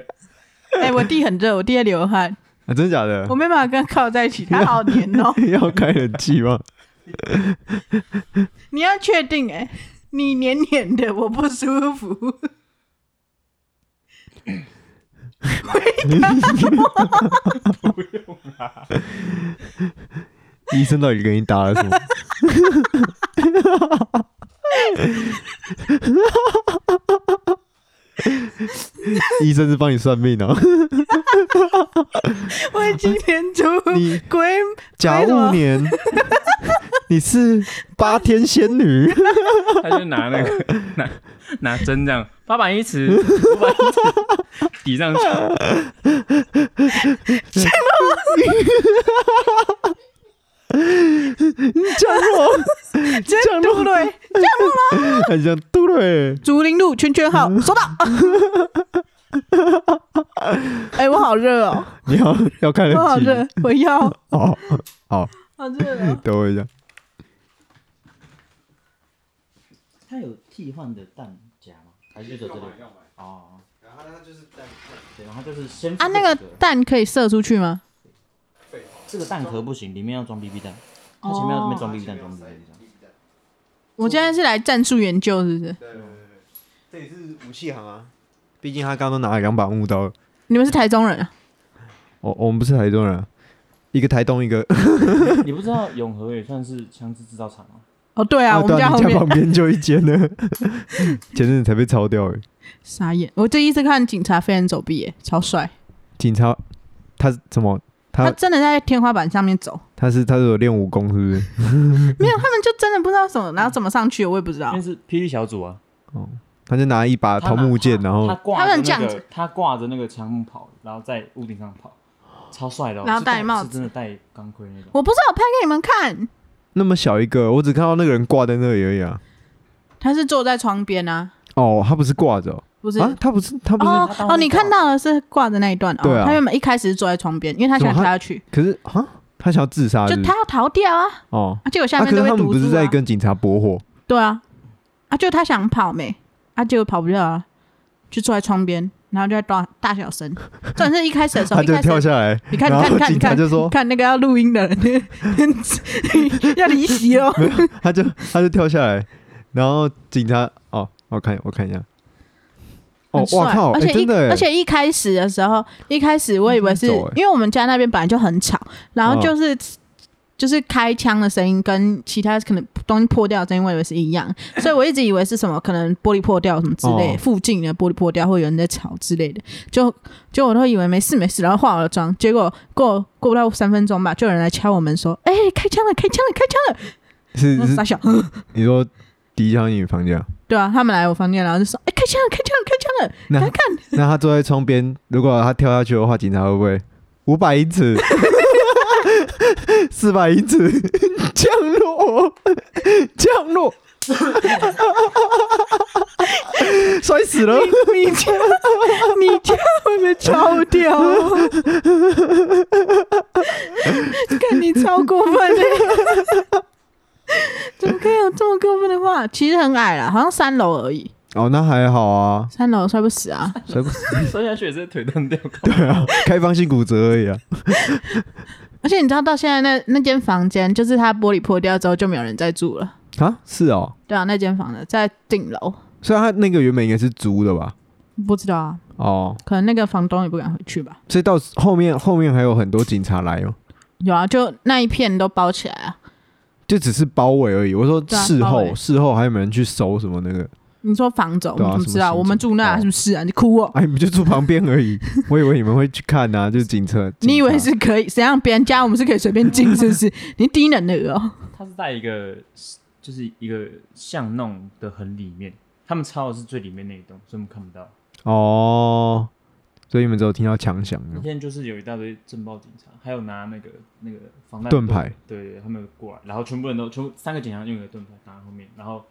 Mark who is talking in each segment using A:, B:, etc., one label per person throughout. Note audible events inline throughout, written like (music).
A: (laughs) 哎我弟很热，我弟在流汗，
B: 啊，真的假的
A: 我？没办法跟他靠在一起，他好黏哦。
B: (laughs) 要开冷气吗？
A: 你要确定哎、你黏黏的，我不舒服。
B: 医生到底给你打了什么？ (laughs) 医生是帮你
A: (laughs)
B: 算命哦、
A: 我今天出
B: 你
A: 鬼
B: 甲午年，你是八天仙女，
C: 他就拿那
D: (laughs)
C: 个拿拿针这样，八百一尺，五百一尺抵上去，
B: 降落，
A: 真
B: 降
A: 嘟
B: 落， (laughs)
A: 对，
B: 很像杜瑞。
A: 竹林路圈圈
B: 嗯
A: 号收到。 (laughs) 哎、我好热哦，
B: (laughs) 你要要开
A: 我好
B: 冷气？
A: 热，我
B: (laughs)
A: 要
B: 哦，好，
A: 好热、哦。
B: 等我一下。
D: 它有替换的弹夹吗？还是就这个？哦，
B: 然后他就是在
D: 对，然后就是先
A: 啊，那个蛋可以射出去吗？
D: 这个蛋壳不行，里面要装 BB 弹，
A: 哦
D: 它前面要没装 BB 弹，装 BB 弹。
A: 我今天是来战术研究，是不是？
B: 对对对，这里是武器行啊。毕竟他刚刚都拿了两把木刀了。
A: 你们是台中人啊？
B: 我我们不是台中人啊，一个台东，一个
D: 你不知道永和也算是枪支制造厂吗？
A: 哦，对啊，
B: (laughs) 啊
A: 我们
B: 对啊
A: 家后
B: 你
A: 面
B: 旁边就一间呢， (laughs) 前阵子才被抄掉哎。
A: 傻眼。我第一次看警察飞檐走壁，耶，超帅！
B: 警察他怎么
A: 他
B: 他
A: 真的在天花板上面走，
B: 他是他是有练武功是不是？
A: 没有，他们就真的不知道怎么，然后怎么上去，我也不知
D: 因
A: 道
D: 为。是霹雳小组啊，
B: 他就拿一把桃木剑，然
D: 他
B: 后
D: 挂
A: 他
D: 着
A: 们这
D: 那
A: 样
D: 个
A: 子，
D: 他挂着那个枪木跑，然后在屋顶上跑，超帅的哦。
A: 然后
D: 是
A: 戴帽子
D: 是真的戴钢盔那种。
A: 我不知道，我拍给你们看。
B: 那么小一个，我只看到那个人挂在那里而已啊。
A: 他是坐在窗边啊，
B: 哦，他不是挂着哦
A: 不是？
B: 啊，他不是他不是，
A: 哦
D: 他当
A: 哦，
D: 然
A: 你看到的是挂的那一段哦。
B: 对啊
A: 他原本一开始是坐在窗边，因为他想
B: 怎么
A: 跳
B: 他
A: 下去，
B: 可是啊，他想要自杀是
A: 就
B: 不是
A: 他要逃掉啊，
B: 哦。
A: 啊，结果下
B: 啊，可
A: 面
B: 是
A: 都
B: 他
A: 会
B: 们
A: 堵
B: 不是
A: 住啊
B: 在。跟警察搏火，
A: 对啊，啊，就他想跑没，啊，结果跑不掉啊，就坐在窗边，然后就在大大小
B: (laughs)
A: 声。重点是一开始的时候，
B: 他
A: 一
B: 就
A: 开始
B: 跳下来，
A: 你看，你
B: 然
A: 看，
B: 后
A: 你看，你
B: 警察
A: 看，
B: 就说，
A: 看那个要录音的人 (laughs) 要离席哦。
B: 他就他就跳下来，然后警察哦，我看我看一下，哦
A: 很，帅
B: 哇靠，
A: 而
B: 哎
A: 且一
B: 真的耶，
A: 而且一开始的时候，一开始我以为是
B: 走欸嗯
A: 因为我们家那边本来就很吵，然后就是。就是开枪的声音跟其他可能东西破掉的声音，我以为是一样，所以我一直以为是什么可能玻璃破掉什么之类，
B: 哦
A: 附近的玻璃破掉或有人在吵之类的，就就我都以为没事没事，然后化好了妆，结果过过不到三分钟吧，就有人来敲我门说：“哎、开枪了，开枪了，开枪了
B: 是！”
A: 然后
B: 是
A: 傻笑，
B: 你说第一枪你房间啊，
A: (laughs) 对啊，他们来我房间，然后就说：“哎、开枪了，开枪了，开
B: (laughs)
A: 枪了！”
B: 那
A: 来看，
B: 那他坐在窗边，如果他跳下去的话，警察会不会五百英尺、四百英尺降落、降落， (laughs) 摔死了？
A: 你你家 (laughs) 你家会被超 (laughs) 掉、哦，看你超过分 (laughs) 的、怎么可以有这么过分的话？其实很矮啦，好像三楼而已，
B: (laughs) 哦，那还好啊，
A: 三楼摔不死啊。
B: 摔不死。
C: 摔下去也是腿断掉。
B: 对啊，开放性骨折而已啊。
A: 而且你知道，到现在那那间房间，就是它玻璃破掉之后就没有人在住了。
B: 啊，是哦，
A: 对啊，那间房子在顶楼，
B: 虽然他那个原本应该是租的吧？
A: 不知道啊，
B: 哦，
A: 可能那个房东也不敢回去吧。
B: 所以到后面后面还有很多警察来哦，
A: 有啊，就那一片都包起来啊。
B: 就只是包围而已。我说
A: 对啊
B: 事
A: 包
B: 后、
A: 围
B: 事后还有没有人去搜什么那个？
A: 你说房子，我
B: 对
A: 们
B: 啊
A: 怎么知道？
B: 什么
A: 我们住那
B: 哦
A: 是不是啊？你哭哦！
B: 哎，你们就住旁边
A: (laughs)
B: 而已。我以为你们会去看呐、啊，就是警车。
A: 你以为
B: 警察
A: 是可以？谁让别人家我们是可以随便进，是不 (laughs) 是？你低能儿哦！
D: 它是在一个就是一个巷弄的很里面，他们抄的是最里面那一栋，所以我们看不到。
B: 哦？所以你们只有听到枪响
D: 那天就是有一大堆震爆警察，还有拿那个那个防弹
B: 盾牌，
D: 对对，对他们过来，然后全部人都全部三个警察用一个盾牌挡在后面，然后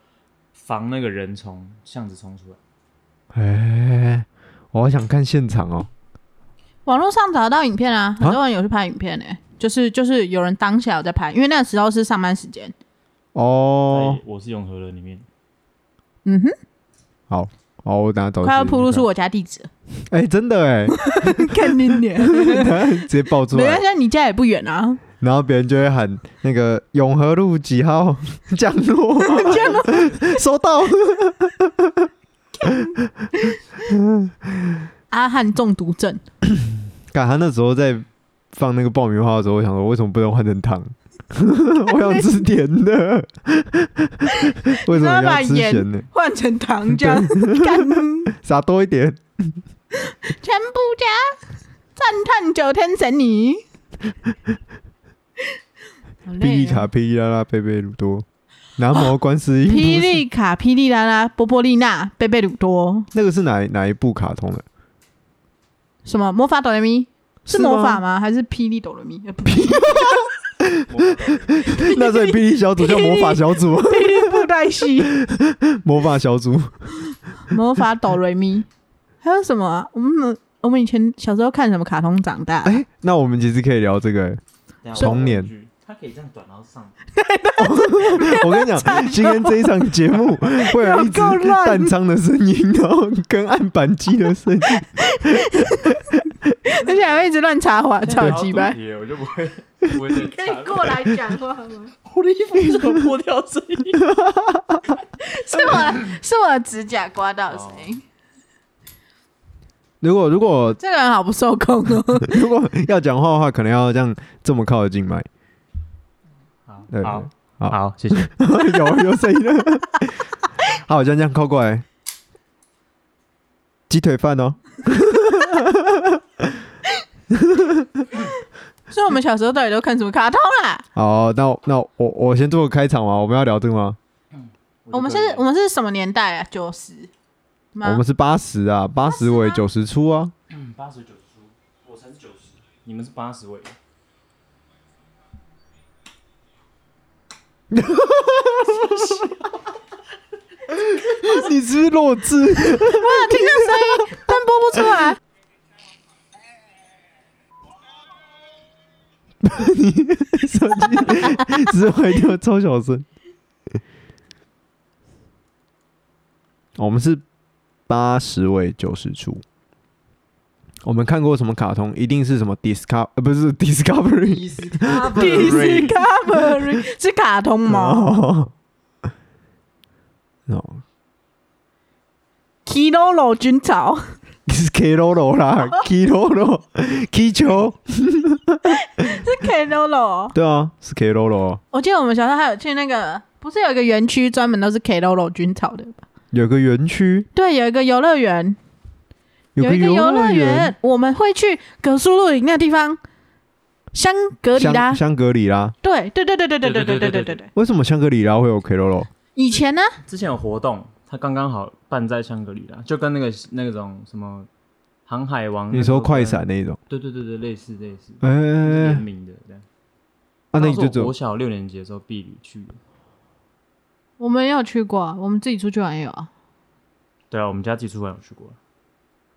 D: 防那个人从巷子冲出来。
B: 哎、我好想看现场哦。
A: 网络上找得到影片啊，很多人有去拍影片呢、欸就是就是有人当下有在拍，因为那时候是上班时间。
B: 哦，
D: 在我是永和人里面，
A: 嗯哼，
B: 好，哦，我等下找。
A: 快要铺露出。我家地址了，
B: 哎、真的哎、 (laughs)
A: 看你脸。 (laughs)
B: 直接爆出
A: 没关
B: 来，
A: 系，你家也不远啊，
B: 然后别人就会喊那个永和路几号 (laughs) 降落，
A: 这样
B: 收到。
A: 阿啊汉中毒症，
B: 感他那时候在放那个爆米花的时候，我想说为什么不能换成糖？ (laughs) 我想吃甜的，为什么要吃咸的？
A: 换成糖 (laughs) 浆，干
B: 撒多一点，
A: 全部加赞叹九天神 (laughs) 女。好
B: 霹
A: 累
B: 雳
A: 哦
B: 卡、霹雳拉拉、贝贝鲁多，南无观
A: (laughs)
B: 世音菩萨。
A: 霹雳卡、霹雳拉拉、波波丽娜、贝贝鲁多，
B: 那个是哪哪一部卡通的？
A: 什么魔法哆来咪？是
B: 是吗
A: 魔法吗？还是霹雳哆来咪？呃 (laughs) 不霹
B: 那所以霹雳小组叫魔法小
A: (laughs)
B: 组，啊
A: 雳布袋戏，
B: 魔法小组。
A: (laughs) 魔法哆来咪，还有什么啊？我们我们以前小时候看什么卡通长大？
B: 哎，那我们其实可以聊这个、欸。
D: 等一下啊我
B: 童年
D: 问一句，他可以这样短到上，
B: (laughs) 我跟你讲，今天这一场节目 (laughs) 会有一直
A: 有够乱
B: 弹仓的声音，然后跟按板机的声音。
A: (laughs) 而且还会一直乱插话，
B: 啊
A: 超级掰。
D: 耶，我就不会，不会再插了。
A: 来讲话吗？
D: 我的衣服怎么破掉声音？
A: (laughs) 是我是我的指甲刮到的声音，
B: (laughs) 如果如果
A: 这个人好不受控 (laughs) 哦。
B: 如果要讲话的话，可能要这样这么靠得近麦。
D: (laughs) 好
B: 对
D: 好
B: 好
D: 好，谢谢。
B: (laughs) 有有声音了， (laughs) 好，这样这样靠过来，鸡腿饭哦，
A: 所以我们小时候到底都看什么卡通啊啦？
B: 好，那我那我我先做个开场嘛，我们要聊这个吗？
A: 我们是我们是什么年代啊？九十
B: 我
A: 吗
B: 们？是八十啊，八十尾九十出啊，
D: 嗯八十九十出，我才是九十，你们是八十位。
B: 你是不是弱智？
A: 啊听到声音，但播不出 (laughs) 来。
B: 手机 (laughs) 只是坏掉超小声。哦我们是八十位九十出。我们看过什么卡通？一定是什么 Discover，呃，不是 Discovery，
A: Discovery 是卡通吗
B: 哦， (laughs) 哦
A: ？Kilolo 军曹，
B: 是
A: (laughs)
B: Kilolo 啦，Kilolo，K 球，
A: 是 Kilolo。
B: 对啊，是 Kilolo。
A: 我记得我们小时候还有去那个，不是有一个园区专门都是 Kilolo 军曹的吧？
B: 有个园区，
A: 对，有一个游乐园，
B: 个
A: 一个游
B: 乐
A: 乐园，，我们会去葛苏露营那个地方，香格里拉
B: 香。香格里拉。
A: 对对对对对对对对对对对对。
B: 为什么香格里拉会有 Kilolo？
A: 以前呢，
D: 之前有活动，他刚刚好办在香格里拉，就跟那个那种什么航海王，
B: 你说快？闪那一种？
D: 对对对对，类似类似，
B: 哎、
D: 就是联名的这样。
B: 啊，那
D: 当
B: 你
D: 时
B: 就
D: 我
B: 只有
D: 国小六年级的时候避旅去的。
A: 我们也有去过，啊我们自己出去玩也有啊。
D: 对啊，我们家寄出版有去过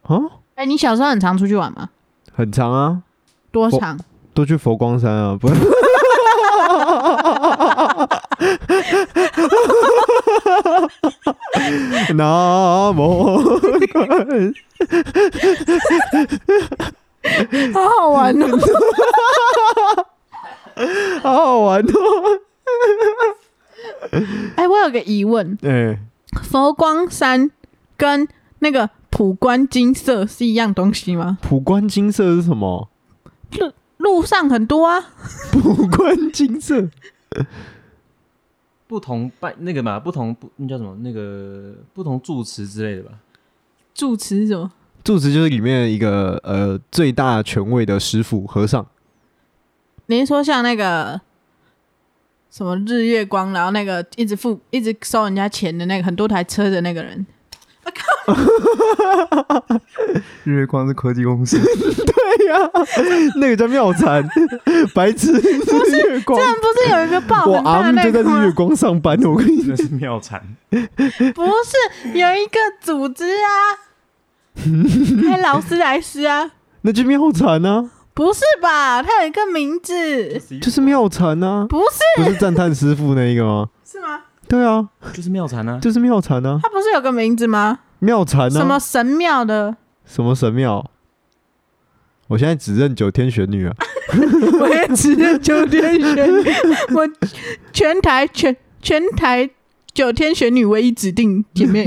D: 啊，
B: 啊，
A: 哎，你小时候很常出去玩吗？
B: 很长啊，
A: 多长？
B: 都去佛光山啊，不 (laughs) 是？南无观
A: 好好玩哦！
B: 好好玩哦！
A: (laughs) 哎，我有个疑问，
B: 哎、
A: 佛光山跟那个普观金色是一样东西吗？
B: 普观金色是什么？
A: 路上很多啊，
B: 普观金色
D: 不同办那个嘛，不同不那叫什么那个不同住持之类的 (laughs) 吧。
A: 住持是什么？
B: 住持就是里面一个呃最大权位的师傅和尚，
A: 你是说像那个什么日月光，然后那个一直付一直收人家钱的那个很多台车的那个人？
B: 日月光是科技公司， (laughs) 对呀、那个叫妙禅，白痴，日月光
A: 之。前不是有一个爆
B: 我
A: 很
B: 阿
A: 大的
B: 姆
A: 那
B: 就在
A: 个
B: 日月
A: 吗？
B: 光上班，我跟你
D: 那是妙禅，
A: 不是有一个组织
B: (laughs)
A: 啊，开劳斯莱斯啊？
B: 那就妙禅啊，
A: 不是吧？它有一个名字，
B: (laughs) 就是妙禅啊，
A: 不是
B: 不是赞叹师傅那一个吗？
A: 是吗？
B: 对啊，
D: 就是妙禅啊。
B: 就是妙禅啊，
A: 它不是有个名字吗？
B: 妙禅啊，
A: 什么神庙的？
B: 什么神庙？我现在只认九天玄女啊， (laughs)
A: (laughs) 我也只认九天玄女，我全台全全台九天玄女唯一指定姐妹。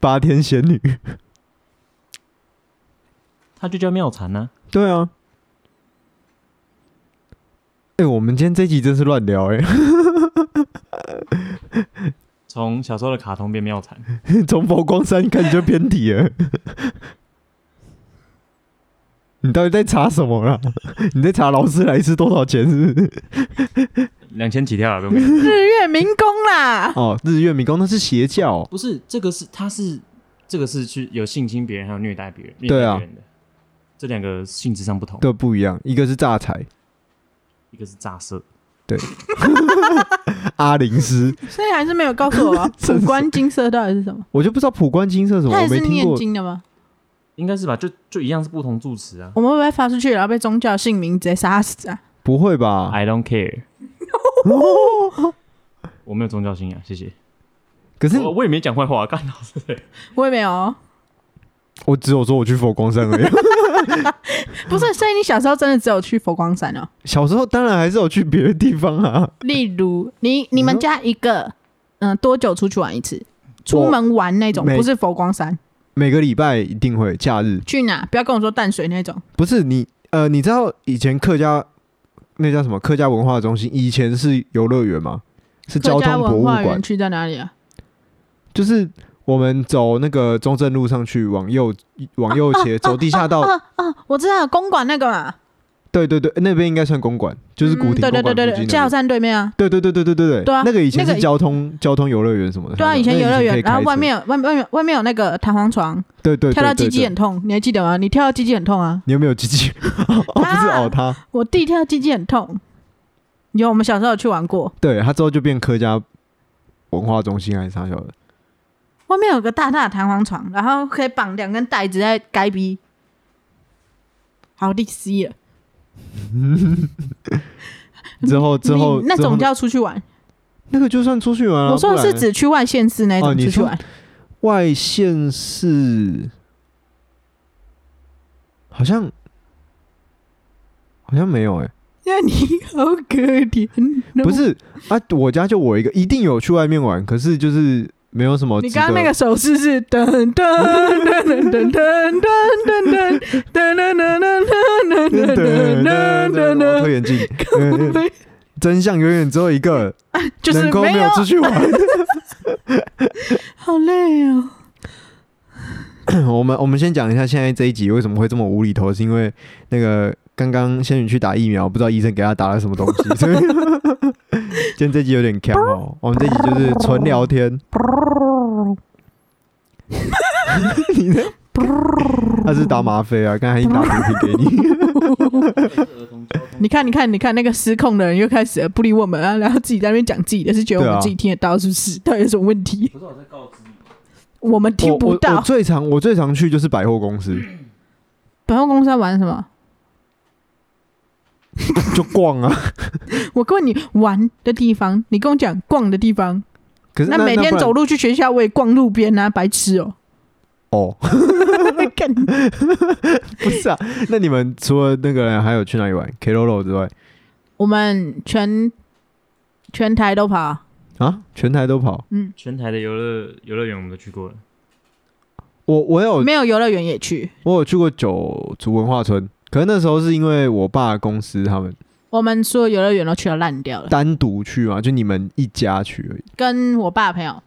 B: 八天仙女。
D: 它就叫妙禅呢、
B: 对啊。哎、我们今天这集真是乱聊哎、 (laughs)
D: 从小时候的卡通变妙禅，
B: 从佛光山开始就偏题了。 (laughs) 你到底在查什么啦？ (laughs) 你在查劳斯莱斯多少钱 (laughs) 是不是？
D: 两千起跳啊，不用跟你讲
A: 日月民工啦，
B: 哦，日月迷宫那是邪教，
D: 不是这个是它是这个是去有性侵别人还有虐待别人，虐
B: 对
D: 待
B: 啊
D: 别人的，这两个性质上不同，
B: 都不一样，一个是榨财
D: 一个是诈色，
B: 阿灵师，
A: 所以还是没有告诉我啊
B: (laughs) 真
A: 普
B: 是
A: 关金色到底是什么？
B: (laughs) 我就不知道普观金色什么，
A: 它
B: 我
A: 也
B: 没
A: 是
B: 听
A: 念
B: 过。
A: 经的吗？
D: 应该是吧？就就一样是不同助词啊。
A: 我们会不会发出去，然后被宗教姓名直接杀死啊？
B: 不会吧？
D: I
B: (laughs)
D: don't care，我没有宗教信仰，谢谢。
B: 可是
D: 我我也没讲坏话，啊干老师，
A: 我也没有哦，
B: 我只有说我去佛光山而已。
A: 不
B: 啊
A: 是，所以你小时候真的只有去佛光山哦？
B: 小时候当然还是有去别的地方啊。
A: 例如你你们家一个嗯、呃多久出去玩一次？出
B: 我
A: 门玩那种，
B: 每
A: 不是佛光山。
B: 每个礼拜一定会假日，
A: 去哪？不要跟我说淡水那种。
B: 不是你呃，你知道以前客家那叫什么客家文化中心，以前是游乐园吗？是交
A: 客家
B: 通博
A: 文
B: 物
A: 化
B: 馆
A: 园，区在哪里啊？
B: 就是我们走那个中正路上去，往右往右切，走地
A: (laughs)
B: 下道。
A: 啊啊！我知道公馆那个嘛，
B: 对对对，那边应该算公馆，就是古
A: 嗯
B: 亭
A: 对
B: 公
A: 对
B: 馆
A: 对
B: 附
A: 对
B: 近
A: 对，
B: 的
A: 加油
B: 那个。
A: 站对面啊。
B: 对对对对对对对
A: 对啊
B: 那个以前
A: 那
B: 是
A: 个
B: 交通交通游乐园什么的。
A: 对啊，以前游乐
B: 那可
A: 园，然后
B: 开
A: 外
B: 车
A: 面有外面外面外面有那个弹簧床，
B: 对对对
A: 跳到
B: 对
A: 鸡鸡
B: 对
A: 很痛，你还记得吗？你跳到鸡鸡很痛啊！
B: 你有没有鸡鸡？ (laughs) 哦，不是哦，他
A: 我弟跳到鸡鸡很痛，有我们小时候有去玩过，
B: 对他之后就变客家文化中心还是啥小的，
A: 外面有个大大的弹簧床，然后可以绑两根带子在该逼，好利息了。
B: 之后之后
A: 你那
B: 之后
A: 种叫出去玩，
B: 那个就算出去玩啊。
A: 我说的
B: 不然
A: 是指去外县市那
B: 哦
A: 种
B: 你
A: 出去
B: 说
A: 玩，
B: 外县市，好像好像没有哎、
A: 那你好可怜哦。
B: 不是啊，我家就我一个，一定有去外面玩，可是就是没有什么值
A: 你
B: 得。
A: 刚刚那个手势是噔噔噔噔噔噔噔噔噔噔噔噔噔
B: 噔噔噔
A: 噔
B: 噔
A: 噔
B: 我推
A: 噔
B: 眼镜，嗯
A: 噔，
B: 真相永远只有一个，
A: 就是
B: 人工
A: 没
B: 没
A: 有
B: 有，出去玩。
A: 好累哦。
B: 我们我们先讲一下现在这一集为什么会这么无厘头，是因为那个刚刚仙女去打疫苗，不知道医生给她打了什么东西，所以今天这集有点 c 哦。我们这集就是纯聊天，你呢？他是打吗啡啊，刚才一打毒品给你。
A: 你看，你看，你看，那个失控的人又开始了不理我们啊，然后自己在那边讲自己的，是觉得我
B: 对
A: 们
B: 啊
A: 自己听得到是不是？到底有什么问题？
D: 不是我在告知你，
A: 我们听
B: 我
A: 不
B: 我我
A: 到。
B: 最常我最常去就是百货公司，
A: 百货公司在玩什么？
B: 就逛啊。
A: 我问你玩的地方，你跟我讲逛的地方。
B: 可是
A: 那每天
B: 不然
A: 走路去学校，我也逛路边啊，白痴哦。
B: 哦，
A: 干
B: (laughs) 不是啊。那你们除了那个人还有去哪里玩？K Lolo 之外
A: 我们全全台都跑，
B: 啊，全台都跑。
D: 全台的游乐游乐园我们都去过了，
B: 我我有
A: 没有游乐园也去。
B: 我有去过九族文化村，可是那时候是因为我爸公司他们
A: 我们所有游乐园都去到烂掉了，
B: 单独去嘛，就你们一家去而已。
A: 跟我爸朋友，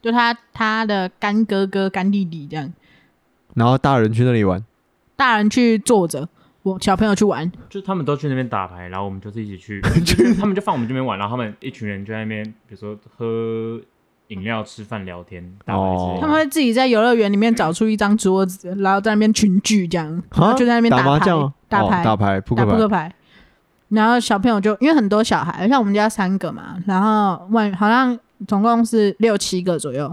A: 就他他的干哥哥、干弟弟这样，
B: 然后大人去那里玩，
A: 大人去坐着，我小朋友去玩。
D: 就他们都去那边打牌，然后我们就是一起去，就是他们就放我们这边玩，然后他们一群人就在那边，比如说喝饮料、吃饭、聊天、打牌之类
B: 哦
D: 的。
A: 他们会自己在游乐园里面找出一张桌子，然后在那边群聚这样，然
B: 啊
A: 后就在那边
B: 打麻
A: 牌、
B: 将吗、
A: 打牌、
B: 哦、打牌、扑
A: 打
B: 克
A: 扑
B: 牌
A: 克牌。然后小朋友就因为很多小孩，像我们家三个嘛，然后外好像总共是六七个左右，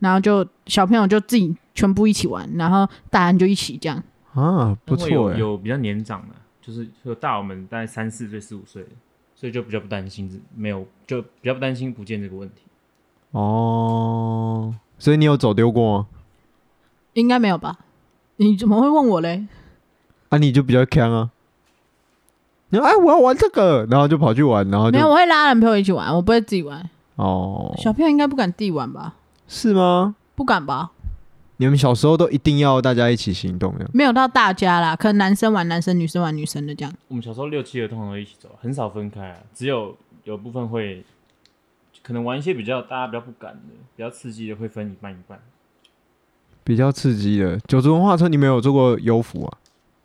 A: 然后就小朋友就自己全部一起玩，然后大人就一起这样。
B: 啊，不
D: 因
B: 错
D: 为有
B: 哎、
D: 有比较年长的，就是有大我们大概三四岁、四五岁的，所以就比较不担心，没有就比较不担心不见这个问题。
B: 哦，所以你有走丢过吗？
A: 应该没有吧？你怎么会问我嘞？
B: 啊，你就比较强啊。你说哎，我要玩这个，然后就跑去玩，然后就
A: 没有，我会拉人陪我一起玩，我不会自己玩。
B: 哦，
A: 小朋友应该不敢自己玩吧？
B: 是吗？
A: 不敢吧？
B: 你们小时候都一定要大家一起行动的，
A: 没有到大家啦，可能男生玩男生，女生玩女生的这样。
D: 我们小时候六七个通常都一起走，很少分开啊，只有有部分会可能玩一些比较大家比较不敢的、比较刺激的，会分一半一半。
B: 比较刺激的。九族文化村，你们有做过优服啊？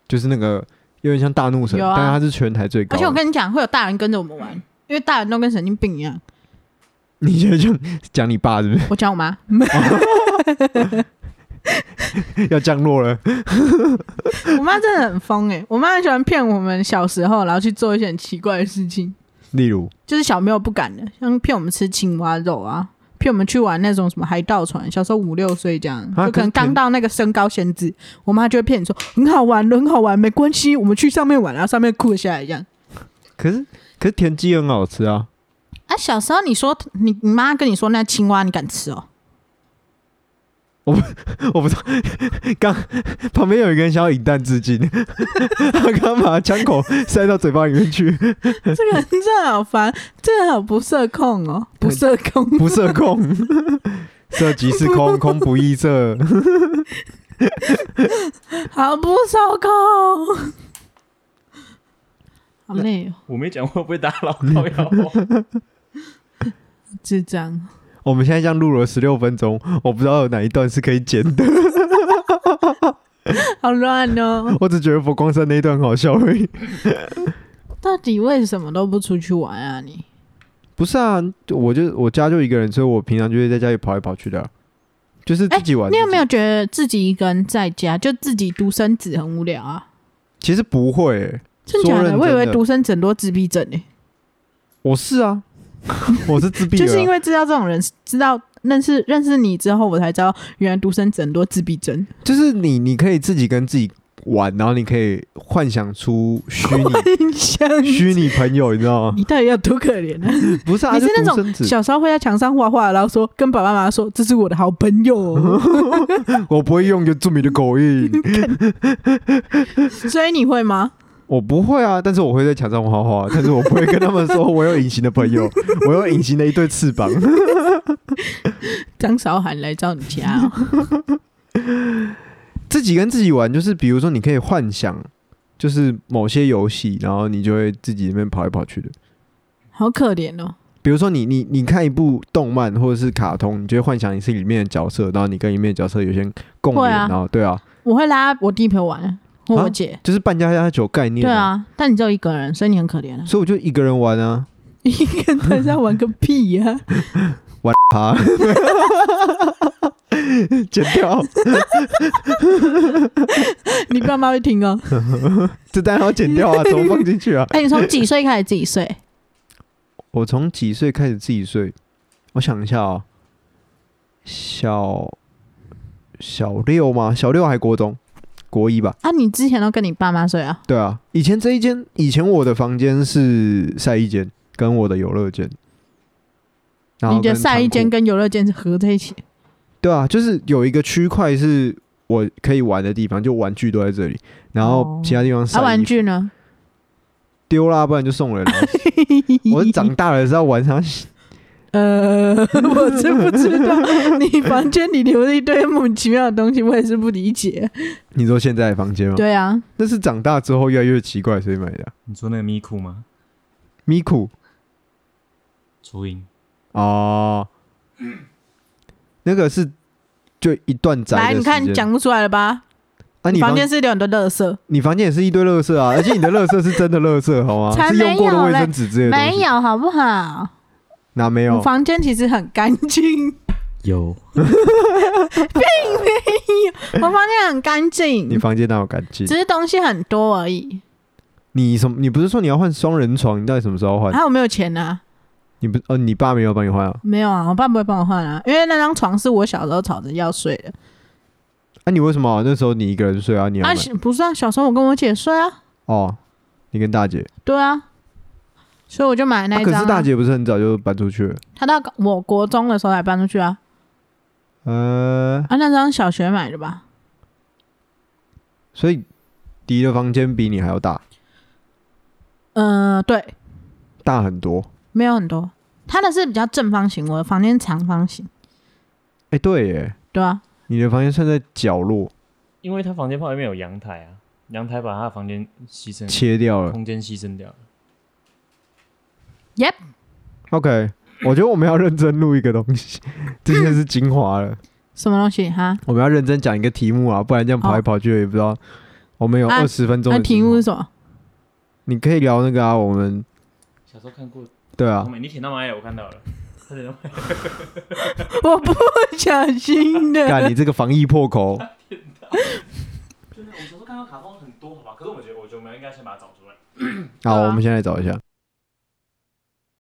B: 就是那个有点像大怒神，
A: 有啊
B: 但是它是全台最高
A: 而
B: 的。
A: 且我跟你讲，会有大人跟着我们玩，因为大人都跟神经病一样。
B: 你现在讲讲你爸是不是
A: 我讲我妈，
B: (laughs) 要降落了？
A: 我妈真的很疯哎、我妈很喜欢骗我们小时候，然后去做一些很奇怪的事情，
B: 例如
A: 就是小朋友不敢的，像骗我们吃青蛙肉啊，骗我们去玩那种什么海盗船。小时候五六岁这样，
B: 啊
A: 就可能
B: 可是
A: 刚到那个身高限制，我妈就会骗你说很好玩，很好玩，没关系，我们去上面玩，然后上面哭了下来这样。
B: 可是可是田鸡很好吃啊，
A: 啊，小时候你说你你妈跟你说那青蛙你敢吃哦？
B: 我不知道，刚旁边有一个人想要引弹自尽，他刚把枪口塞到嘴巴里面去，
A: (laughs) 这个人真的好烦，这个人好不社控哦，不社控。
B: 不射控，射即是空，空不异射。
A: (laughs) 好不受控，好累哦，
D: 我没讲会不会打扰
B: (laughs)
D: 到要
A: 智障。
B: 我们现在这样录了十六分钟，我不知道有哪一段是可以剪的，
A: 好乱 (laughs) 哦！
B: 我只觉得佛光山那一段很好笑而已。
A: 到底为什么都不出去玩啊你？
B: 不是啊，我就我家就一个人，所以我平常就会在家里跑来跑去的啊、就是自己玩、
A: 哎你有没有？觉得自己一个人在家，就自己独生子很无聊啊？
B: 其实不会、欸，
A: 真假
B: 说认
A: 的？
B: 真的
A: 我以为独生子很多自闭症欸呢、
B: 我
A: (laughs)
B: 是啊，我是自闭、啊，
A: 就是因为知道这种人，知道认识认识你之后，我才知道原来独生子很多自闭症。
B: 就是你，你可以自己跟自己玩，然后你可以幻想出虚
A: (laughs)
B: 拟
A: 像
B: 虚拟朋友，你知道吗？
A: (laughs) 你到底要多可怜啊！
B: 不是啊，
A: 你是
B: 就
A: 那
B: 独
A: 种
B: 生子，
A: 小时候会在墙上画画，然后说跟爸爸妈妈说这是我的好朋友
B: (laughs)
A: 哦、
B: 我不会用原住民的口
A: (laughs)
B: 音，
A: 所以你会吗？
B: 我不会啊，但是我会在墙上画画，但是我不会跟他们说我有隐形的朋友，我有隐形的一对翅膀。
A: 张韶涵来到你家、
B: (laughs)
A: 哦，
B: 自己跟自己玩，就是比如说你可以幻想，就是某些游戏，然后你就会自己那边跑来跑去的。
A: 好可怜哦。
B: 比如说你你你看一部动漫或者是卡通，你就会幻想你是里面的角色，然后你跟里面的角色有些共鸣，
A: 会啊
B: 然后对啊，
A: 我会拉我弟陪我玩，或
B: 啊
A: 我姐。
B: 就是扮家家酒概念、！
A: 对，啊，但你只有一个人，所以你很可怜啊 (laughs)
B: 所以我就一个人玩啊，
A: 一个人在家玩个屁啊呀、
B: 玩他， (laughs) 剪掉， (laughs)
A: 你爸妈会听哦。 (laughs)
B: 这当然要剪掉啊，怎么放进去啊？
A: 哎、你从几岁开始自己睡？
B: 我从几岁开始自己睡？我想一下啊、小小六吗？小六还国中，国一吧？
A: 啊，你之前都跟你爸妈睡啊？
B: 对啊，以前这一间，以前我的房间是晒衣间跟我的游乐间，然后
A: 你的
B: 跟
A: 晒衣
B: 仓库
A: 间跟游乐间是合在一起，
B: 对啊，就是有一个区块是我可以玩的地方，就玩具都在这里，然后
A: 哦
B: 其他地方晒
A: 啊，
B: 衣
A: 玩
B: 服
A: 具呢？
B: 丢啦，不然就送人了。 (laughs)
A: (laughs)
B: 我长大了是要玩啥？
A: 呃，我真不知道， (laughs) 你房间里留了一堆莫名其妙的东西，我也是不理解。
B: (laughs) 你说现在的房间吗？
A: 对啊，
B: 那是长大之后越来越奇怪，谁买的啊？
D: 你说那个咪酷吗？
B: 咪咕
D: 初音
B: 哦，那个是就一段宅的
A: 来，你
B: 时
A: 看
B: 间
A: 讲不出来了吧？
B: 啊，你
A: 房
B: 房
A: 间是留很多垃圾。
B: 你房间也是一堆垃圾啊，而且你的垃圾是真的垃圾好吗？
A: 才
B: 是用过
A: (laughs) 没
B: 的
A: 有
B: 卫
A: 嘞
B: 生纸之类的东
A: 没
B: 西，
A: 有，好不好？
B: 哪没
A: 我
B: 有？
A: 房间其实很干净， (laughs)
D: 有，
A: 我房间很干
B: 你
A: 净，
B: 房间哪有干净
A: 只？是东西很多而已。
B: 你什么？你不是说你要换双人床？你到底什么时候换？
A: 还有没有钱啊？
B: 你不呃，你爸没有帮你换啊？
A: 没有啊，我爸不会帮我换啊，因为那张床是我小时候吵着要睡的。
B: 那、啊你为什么那时候你一个人睡啊？你要
A: 啊，
B: 买
A: 小不是啊，小时候我跟我姐睡啊，
B: 哦，你跟大姐
A: 对啊，所以我就买那
B: 啊
A: 一
B: 可
A: 张啊、
B: 是大姐不是很早就搬出去了？
A: 她到我国中的时候才搬出去啊，
B: 呃，
A: 啊，那张小学买的吧？
B: 所以迪的房间比你还要大，
A: 嗯、对，
B: 大很多。
A: 没有很多，她的是比较正方形，我的房间长方形，
B: 哎、对耶，
A: 对啊，
B: 你的房间算在角落，
D: 因为他房间旁边有阳台啊，阳台把他的房间牺牲
B: 嗯切掉了。
D: 空间牺牲 (laughs) 掉了。
B: OK，我觉得我们要认真录一个东西， (laughs) 这些是精华了。
A: 什么东西哈？
B: 我们要认真讲一个题目啊，不然这样跑来跑去也不知道。我们有
A: 啊
B: 二十分钟
A: 那
B: 的
A: 题
B: 精华
A: 目是什么？
B: 你可以聊那个啊，我们
D: 小时候看过，
B: 对啊 (laughs)
D: 后，面你舔到蚂蚁，我看到了，快点到蚂蚁
A: 我不小心
B: (laughs) 干
A: 的，
B: 你这个防疫破口，
D: 真的，我们小时候看到卡通很多，好吧？可是我觉得，我觉得我们应该先把它找出来。
A: 啊
B: 好，我们先来找一下。